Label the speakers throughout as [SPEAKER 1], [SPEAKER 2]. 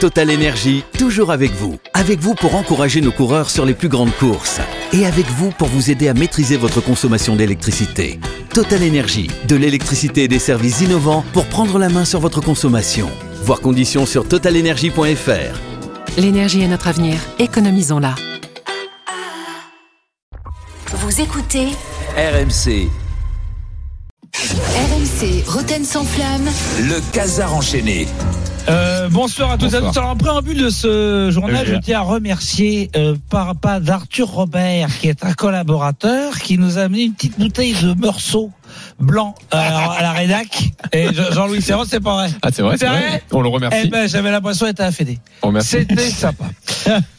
[SPEAKER 1] Total Energy, toujours avec vous. Avec vous pour encourager nos coureurs sur les plus grandes courses. Et avec vous pour vous aider à maîtriser votre consommation d'électricité. Total Energy, de l'électricité et des services innovants pour prendre la main sur votre consommation. Voir conditions sur totalenergy.fr.
[SPEAKER 2] L'énergie est notre avenir, économisons-la.
[SPEAKER 3] Vous écoutez
[SPEAKER 4] RMC,
[SPEAKER 3] RMC Roten sans flamme.
[SPEAKER 4] le casar enchaîné.
[SPEAKER 5] Euh, bonsoir à tous et à toutes. Alors, en préambule de ce journal, je tiens à remercier euh, par pas d'Arthur Robert, qui est un collaborateur, qui nous a amené une petite bouteille de morceau blanc euh, à la rédac. Et Je- Jean-Louis Serrault, c'est pas vrai.
[SPEAKER 6] Ah, c'est vrai,
[SPEAKER 5] C'est
[SPEAKER 6] c'est
[SPEAKER 5] vrai
[SPEAKER 6] vrai. On le
[SPEAKER 5] Eh
[SPEAKER 6] remercie.
[SPEAKER 5] ben, j'avais l'impression d'être à la Fédé.
[SPEAKER 6] On remercie,
[SPEAKER 5] C'était sympa.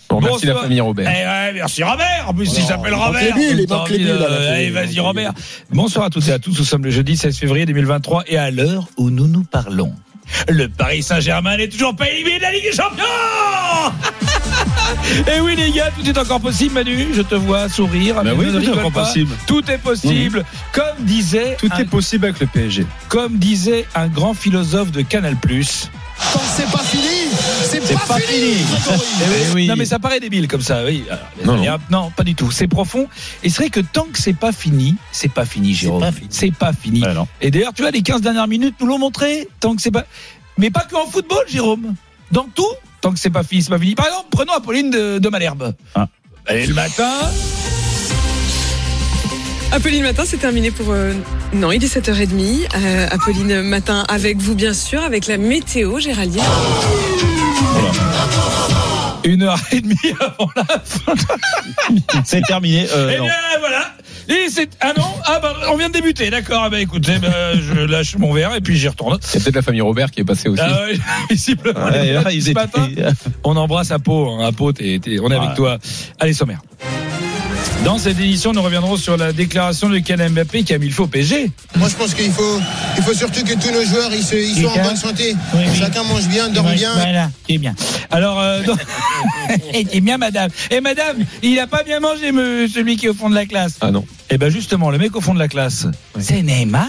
[SPEAKER 6] on remercie la
[SPEAKER 5] bonsoir.
[SPEAKER 6] famille
[SPEAKER 5] Eh
[SPEAKER 6] Robert.
[SPEAKER 5] ouais, merci Robert. En plus, il s'appelle Robert.
[SPEAKER 7] manque les bulles, Oh, il
[SPEAKER 5] T'as
[SPEAKER 7] manque les
[SPEAKER 5] envie de-
[SPEAKER 7] bulles, là, la
[SPEAKER 5] Allez,
[SPEAKER 7] Fédé.
[SPEAKER 5] vas-y Robert. Bonsoir à toutes et à tous. Nous sommes le jeudi 16 février 2023 et à l'heure où nous nous parlons. Le Paris Saint-Germain n'est toujours pas éliminé de la Ligue des Champions Et oui les gars, tout est encore possible Manu, je te vois sourire. mais
[SPEAKER 6] Bah oui,
[SPEAKER 5] ne
[SPEAKER 6] tout est
[SPEAKER 5] rigole
[SPEAKER 6] encore
[SPEAKER 5] pas.
[SPEAKER 6] possible.
[SPEAKER 5] Tout est possible. Comme disait un-
[SPEAKER 6] possible avec le PSG.
[SPEAKER 5] comme disait un grand philosophe de Canal+.
[SPEAKER 7] Quand c'est pas fini, c'est pas, fini.
[SPEAKER 5] Eh oui. Non mais ça paraît débile comme ça, oui. Alors,
[SPEAKER 6] Non,
[SPEAKER 5] il y a- non, pas du tout. C'est profond. Et c'est vrai que tant que c'est pas fini, c'est pas fini, Jérôme. C'est pas fini. Et d'ailleurs, tu vois, les 15 dernières minutes nous l'ont montré. Tant que c'est pas, mais pas que en football, Jérôme. Dans tout, tant que c'est pas fini, c'est pas fini. Par exemple, prenons Apolline de, de Malherbe. Elle est le matin.
[SPEAKER 8] Apolline Matin, c'est terminé pour. euh, non, il est 7h30. Euh, Apolline Matin avec vous, bien sûr, avec la météo, Géraldine.
[SPEAKER 5] Une heure et demie avant la fin.
[SPEAKER 9] C'est terminé.
[SPEAKER 5] Eh
[SPEAKER 9] Euh, non.
[SPEAKER 5] bien voilà. Et c'est ah non ah bah on vient de débuter d'accord ah bah écoutez bah, je lâche mon verre et puis j'y retourne
[SPEAKER 6] Il y a peut-être la famille Robert qui est passée aussi.
[SPEAKER 5] Ah ouais, visiblement, les
[SPEAKER 9] Ouais,
[SPEAKER 5] gars,
[SPEAKER 9] ils
[SPEAKER 5] ce
[SPEAKER 9] étaient-
[SPEAKER 5] matin, on embrasse Apo. Hein. Apo, t'es- t'es- on est avec
[SPEAKER 9] Ouais.
[SPEAKER 5] toi. Allez, sommaire. Dans cette édition, nous reviendrons sur la déclaration de Kylian Mbappé qui a mis le faux au PSG.
[SPEAKER 7] Moi, je pense qu'il faut, il faut surtout que tous nos joueurs ils, se- ils soient en bonne santé.
[SPEAKER 5] Oui, oui. Bah,
[SPEAKER 7] Chacun mange bien, dort bien.
[SPEAKER 5] Voilà, c'est bien. Alors, euh, dans- Eh, eh bien, madame. Et madame, il a pas bien mangé, me- celui qui est au fond de la classe.
[SPEAKER 6] Ah non.
[SPEAKER 5] Et ben justement, le mec au fond de la classe, c'est Neymar.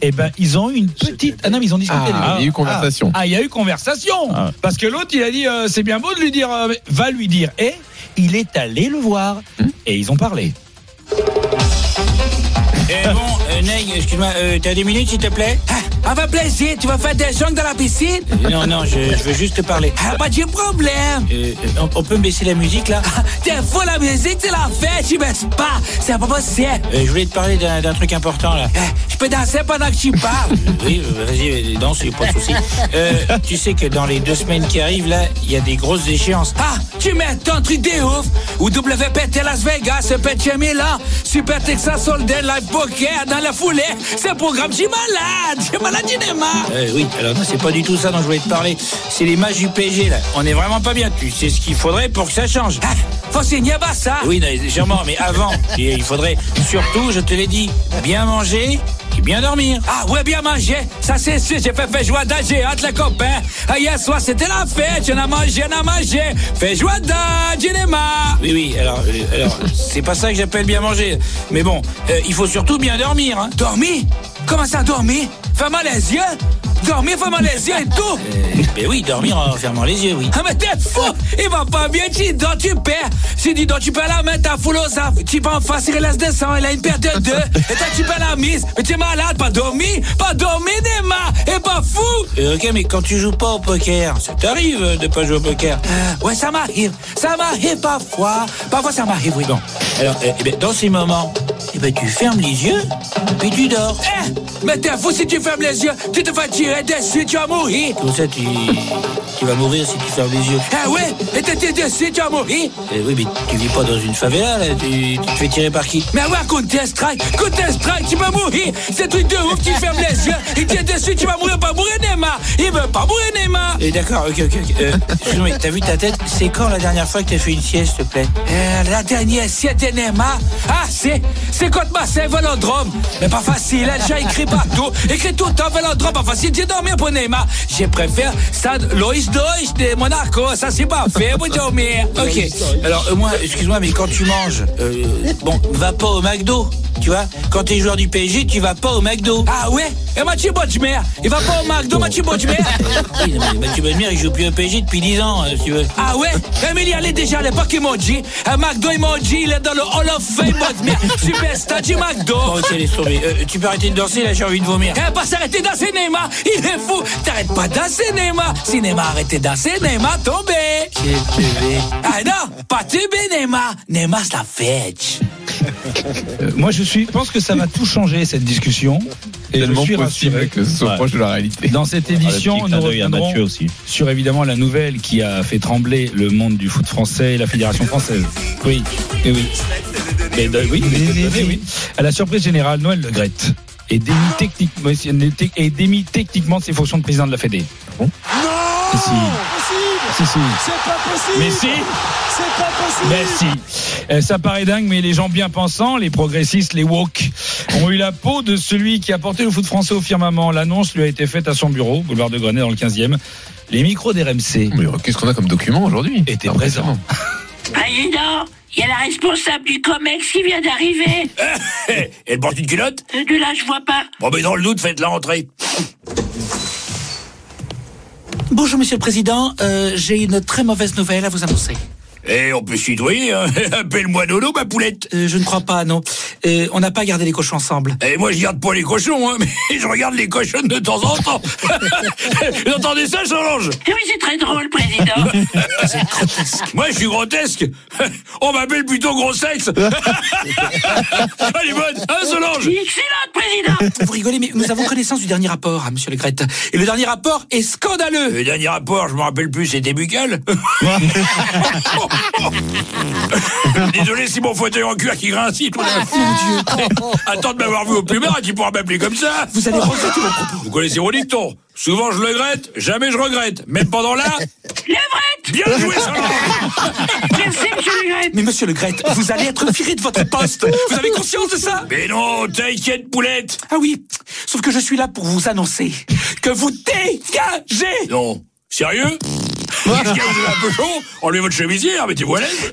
[SPEAKER 5] Et ben, ils ont eu une petite. Ah non, mais ils ont discuté. les gars.
[SPEAKER 6] Ah, il y a eu conversation.
[SPEAKER 5] Ah, il y a eu conversation.
[SPEAKER 9] Ah.
[SPEAKER 5] Parce que l'autre, il a dit, euh, c'est bien beau de lui dire, euh, mais- va lui dire. Et il est allé le voir.
[SPEAKER 6] Hmm.
[SPEAKER 5] Et ils ont parlé.
[SPEAKER 4] Eh bon, euh, Ney, excuse-moi, euh, t'as deux minutes, s'il te plaît ah, On va plaisir, tu vas faire des songs dans la piscine Non, non, je, je veux juste te parler. Ah, pas de problème Euh, euh, on, on peut me baisser la musique, là Ah, T'es fou, la musique, c'est la fête, tu baisses pas C'est pas possible Euh, Je voulais te parler d'un d'un truc important, là. Eh, je peux danser pendant que tu parles Euh, Oui, euh, vas-y, euh, danse, y a pas de souci. Euh, tu sais que dans les deux semaines qui arrivent, là, il y a des grosses échéances. Ah, tu mets ton truc de ouf Ou WPT Las Vegas, PT Milan, Super Texas Hold'em, Live Poker, dans la foulée. C'est un programme, j'ai malade J'ai malade cinéma euh, Oui, alors non, c'est pas du tout ça dont je voulais te parler. C'est les matchs du PSG, là. On est vraiment pas bien. Tu sais ce qu'il faudrait pour que ça change. Ah, faut signer à bas, ça Oui, non, légèrement, mais avant, et il faudrait surtout, je te l'ai dit, bien manger et bien dormir. Ah ouais, bien manger, ça c'est sûr, j'ai fait fait joie d'âger entre les copains. Ah, hier soir c'était la fête, j'en ai mangé, j'en ai mangé. Fait joie cinéma. Oui, oui, alors, euh, alors c'est pas ça que j'appelle bien manger. Mais bon, euh, il faut surtout bien dormir. Hein. Dormir Comment ça dormir Ferme les yeux Dormir, ferme les yeux et tout Mais Eh, ben oui, dormir en fermant les yeux, oui. Ah mais t'es fou Il va pas bien, tu dors, tu perds. Si tu dors, tu perds la main, t'as full aux affres. Tu vas en face, il laisse des sangs, il a une perte de deux. Et toi, tu perds la mise, mais tu es malade, pas dormi, pas dormi, Neymar, et pas fou Euh, Ok, mais quand tu joues pas au poker, ça t'arrive euh, de pas jouer au poker Euh, Ouais, ça m'arrive, ça m'arrive parfois. Parfois, ça m'arrive, oui, bon. Alors, euh, eh ben, dans ces moments, eh ben, tu fermes les yeux, puis tu dors. Eh Mais t'es fou si tu fermes les yeux, tu te vas tirer dessus, tu vas mourir Comme ça, tu... tu vas mourir si tu fermes les yeux. Ah ouais Et t'es tiré dessus, tu vas mourir Eh oui, mais tu vis pas dans une favela, là, tu, tu te fais tirer par qui Mais ouais, Counter-Strike Counter-Strike, tu vas mourir C'est un truc de ouf, tu fermes les yeux, il tire dessus, tu vas mourir, pas mourir, Neymar Il veut pas mourir, Neymar Et Eh, d'accord, ok, ok, ok. Euh, excuse-moi, t'as vu ta tête C'est quand la dernière fois que t'as fait une sieste, s'il te plaît euh, La dernière sieste de Neymar Ah, c'est... C'est quand Marseille Vélodrome Mais pas facile, elle j'ai écrit partout Écrit tout le temps Vélodrome, pas facile, j'ai dormi pour Neymar Je préfère Stade Loïs Dois de Monaco, ça c'est pas fait pour dormir Ok, alors euh, moi, excuse-moi, mais quand tu manges euh, Bon, va pas au McDo Tu vois, quand t'es joueur du PSG, tu vas pas au McDo. Ah ouais Et Mathieu Bodgemer Il va pas au McDo, Mathieu Bodgemer Oui, mais Mathieu Bodgemer, il joue plus au PSG depuis 10 ans, euh, si tu veux. Ah ouais Eh, Mais il y allait déjà à l'époque Emoji. Un McDo Emoji, il est dans le Hall of Fame Bodgemer. Superstar du McDo. Bon, ok, laisse tomber. Euh, tu peux arrêter de danser, là, j'ai envie de vomir. Eh, pas s'arrêter de danser, Neymar Il est fou T'arrêtes pas de danser, Neymar Si Neymar arrêtait de danser, Neymar tombait Ah non Pas tomber, Neymar Neymar, c'est la fête
[SPEAKER 5] Euh, moi, je suis. Je pense que ça va tout changer cette discussion. Et je
[SPEAKER 6] tellement
[SPEAKER 5] suis
[SPEAKER 6] possible
[SPEAKER 5] rassuré.
[SPEAKER 6] que ce soit
[SPEAKER 9] Ouais.
[SPEAKER 6] proche de la réalité.
[SPEAKER 5] Dans cette
[SPEAKER 9] Attention,
[SPEAKER 5] édition, nous
[SPEAKER 9] à
[SPEAKER 5] reviendrons
[SPEAKER 9] Mathieu aussi.
[SPEAKER 5] sur évidemment la nouvelle qui a fait trembler le monde du foot français et la fédération française. Oui, et oui. Mais, euh, oui, mais, mais, mais, oui. À la surprise générale, Noël Le Grette est démis techniquement, est démis techniquement de ses fonctions de président de la Fédé. Non si, si.
[SPEAKER 9] Mais si
[SPEAKER 5] Ben si. Euh, ça paraît dingue, mais les gens bien pensants, les progressistes, les woke, ont eu la peau de celui qui a porté le foot français au firmament. L'annonce lui a été faite à son bureau, boulevard de Grenelle, dans le 15e. Les micros d'RMC
[SPEAKER 6] Mais qu'est-ce qu'on a comme document aujourd'hui
[SPEAKER 5] étaient
[SPEAKER 6] Ah,
[SPEAKER 5] présents.
[SPEAKER 10] Ah, dis donc, il y a la responsable du COMEX qui vient d'arriver.
[SPEAKER 4] Elle porte une culotte
[SPEAKER 10] Euh, De là, je vois pas.
[SPEAKER 4] Bon, mais dans le doute, faites-la entrer. Bonjour, monsieur le président. Euh, J'ai une très mauvaise nouvelle à vous annoncer. Eh, on peut se tutoyer, hein. Appelle-moi Nono, ma poulette. je ne crois pas, non. Euh, on n'a pas gardé les cochons ensemble. Et Eh, moi, je garde pas les cochons, hein, mais je regarde les cochons de temps en temps. Vous entendez ça, Solange
[SPEAKER 10] Eh Oui, c'est très drôle, président.
[SPEAKER 4] Moi, je suis grotesque. On m'appelle plutôt gros sexe. Elle est bonne, hein, Solange
[SPEAKER 10] Excellente, président.
[SPEAKER 4] vous rigolez, mais nous avons connaissance du dernier rapport, hein, monsieur Le Grette. Et le dernier rapport est scandaleux. Le dernier rapport, je me rappelle plus, c'était buccal. Désolé si mon fauteuil en cuir qui grince, il tourne à fou, Dieu. Attends de m'avoir vu au plus bas, tu pourras m'appeler comme ça. Ah, Vous allez regretter vos propos. Vous connaissez mon dicton. Souvent je le regrette, jamais je regrette. Même pendant là,
[SPEAKER 10] Levrette
[SPEAKER 4] bien joué, Solange.
[SPEAKER 10] Merci, monsieur le Grette.
[SPEAKER 4] Mais monsieur Le Grette, vous allez être viré de votre poste. Vous avez conscience de ça Mais non, t'inquiète, poulette. Ah oui, sauf que je suis là pour vous annoncer que vous dégagez. Non, sérieux Qu'est-ce qu'il y a, vous avez un peu chaud Enlevez votre chemisière, mettez-vous à l'aise.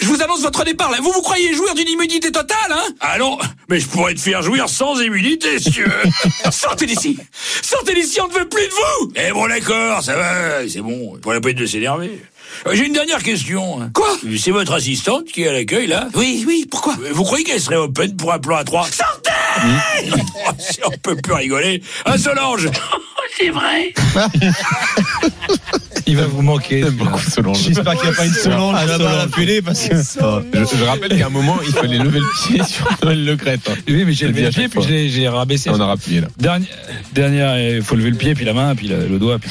[SPEAKER 4] Je vous annonce votre départ, là. Vous vous croyez jouir d'une immunité totale, hein Ah non, mais je pourrais te faire jouir sans immunité, si tu veux. Sortez d'ici Sortez d'ici, on ne veut plus de vous Eh bon, d'accord, ça va, c'est bon. Pas la peine de s'énerver. Euh, J'ai une dernière question. Quoi C'est votre assistante qui est à l'accueil, là Oui, oui, pourquoi Vous croyez qu'elle serait open pour un plan à trois Sortez Oh, si On peut plus rigoler. Un Solange
[SPEAKER 10] Oh, c'est vrai.
[SPEAKER 5] Il va vous manquer.
[SPEAKER 6] J'aime beaucoup Solange.
[SPEAKER 9] J'espère qu'il n'y a pas une seconde
[SPEAKER 6] Ah,
[SPEAKER 9] là-bas à la pulée parce que.
[SPEAKER 6] Je, je rappelle qu'à un moment, il fallait lever le pied sur Noël Le Crête.
[SPEAKER 5] Oui, mais j'ai levé
[SPEAKER 6] Je le
[SPEAKER 5] le
[SPEAKER 6] dis à
[SPEAKER 5] pied,
[SPEAKER 6] chaque
[SPEAKER 5] puis je
[SPEAKER 6] fois.
[SPEAKER 5] l'ai- j'ai rabaissé.
[SPEAKER 6] On a rappelé là.
[SPEAKER 5] Dernier- Dernière, il faut lever le pied, puis la main, puis le, le doigt. puis-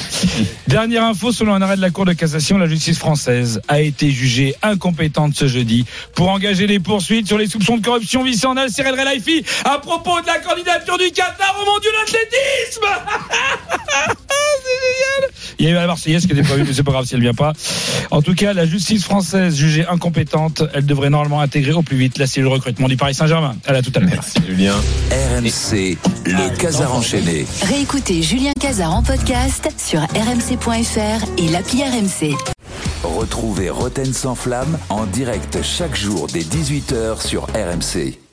[SPEAKER 5] Dernière info, selon un arrêt de la Cour de cassation, la justice française a été jugée incompétente ce jeudi pour engager des poursuites sur les soupçons de corruption vissant en Al-Serel Relaifi à propos de la candidature du Qatar au Mondial d'athlétisme C'est génial Il y a eu la Marseillaise qui était prévue, mais c'est pas grave si elle vient pas. En tout cas, la justice française jugée incompétente, elle devrait normalement intégrer au plus vite la cellule recrutement du Paris Saint-Germain. À la tout à l'heure.
[SPEAKER 6] Merci Julien.
[SPEAKER 1] RMC, le Casar enchaîné.
[SPEAKER 3] Réécoutez Julien Cazard en podcast sur rmc.fr et l'appli RMC.
[SPEAKER 1] Retrouvez Roten sans flamme en direct chaque jour dès 18h sur RMC.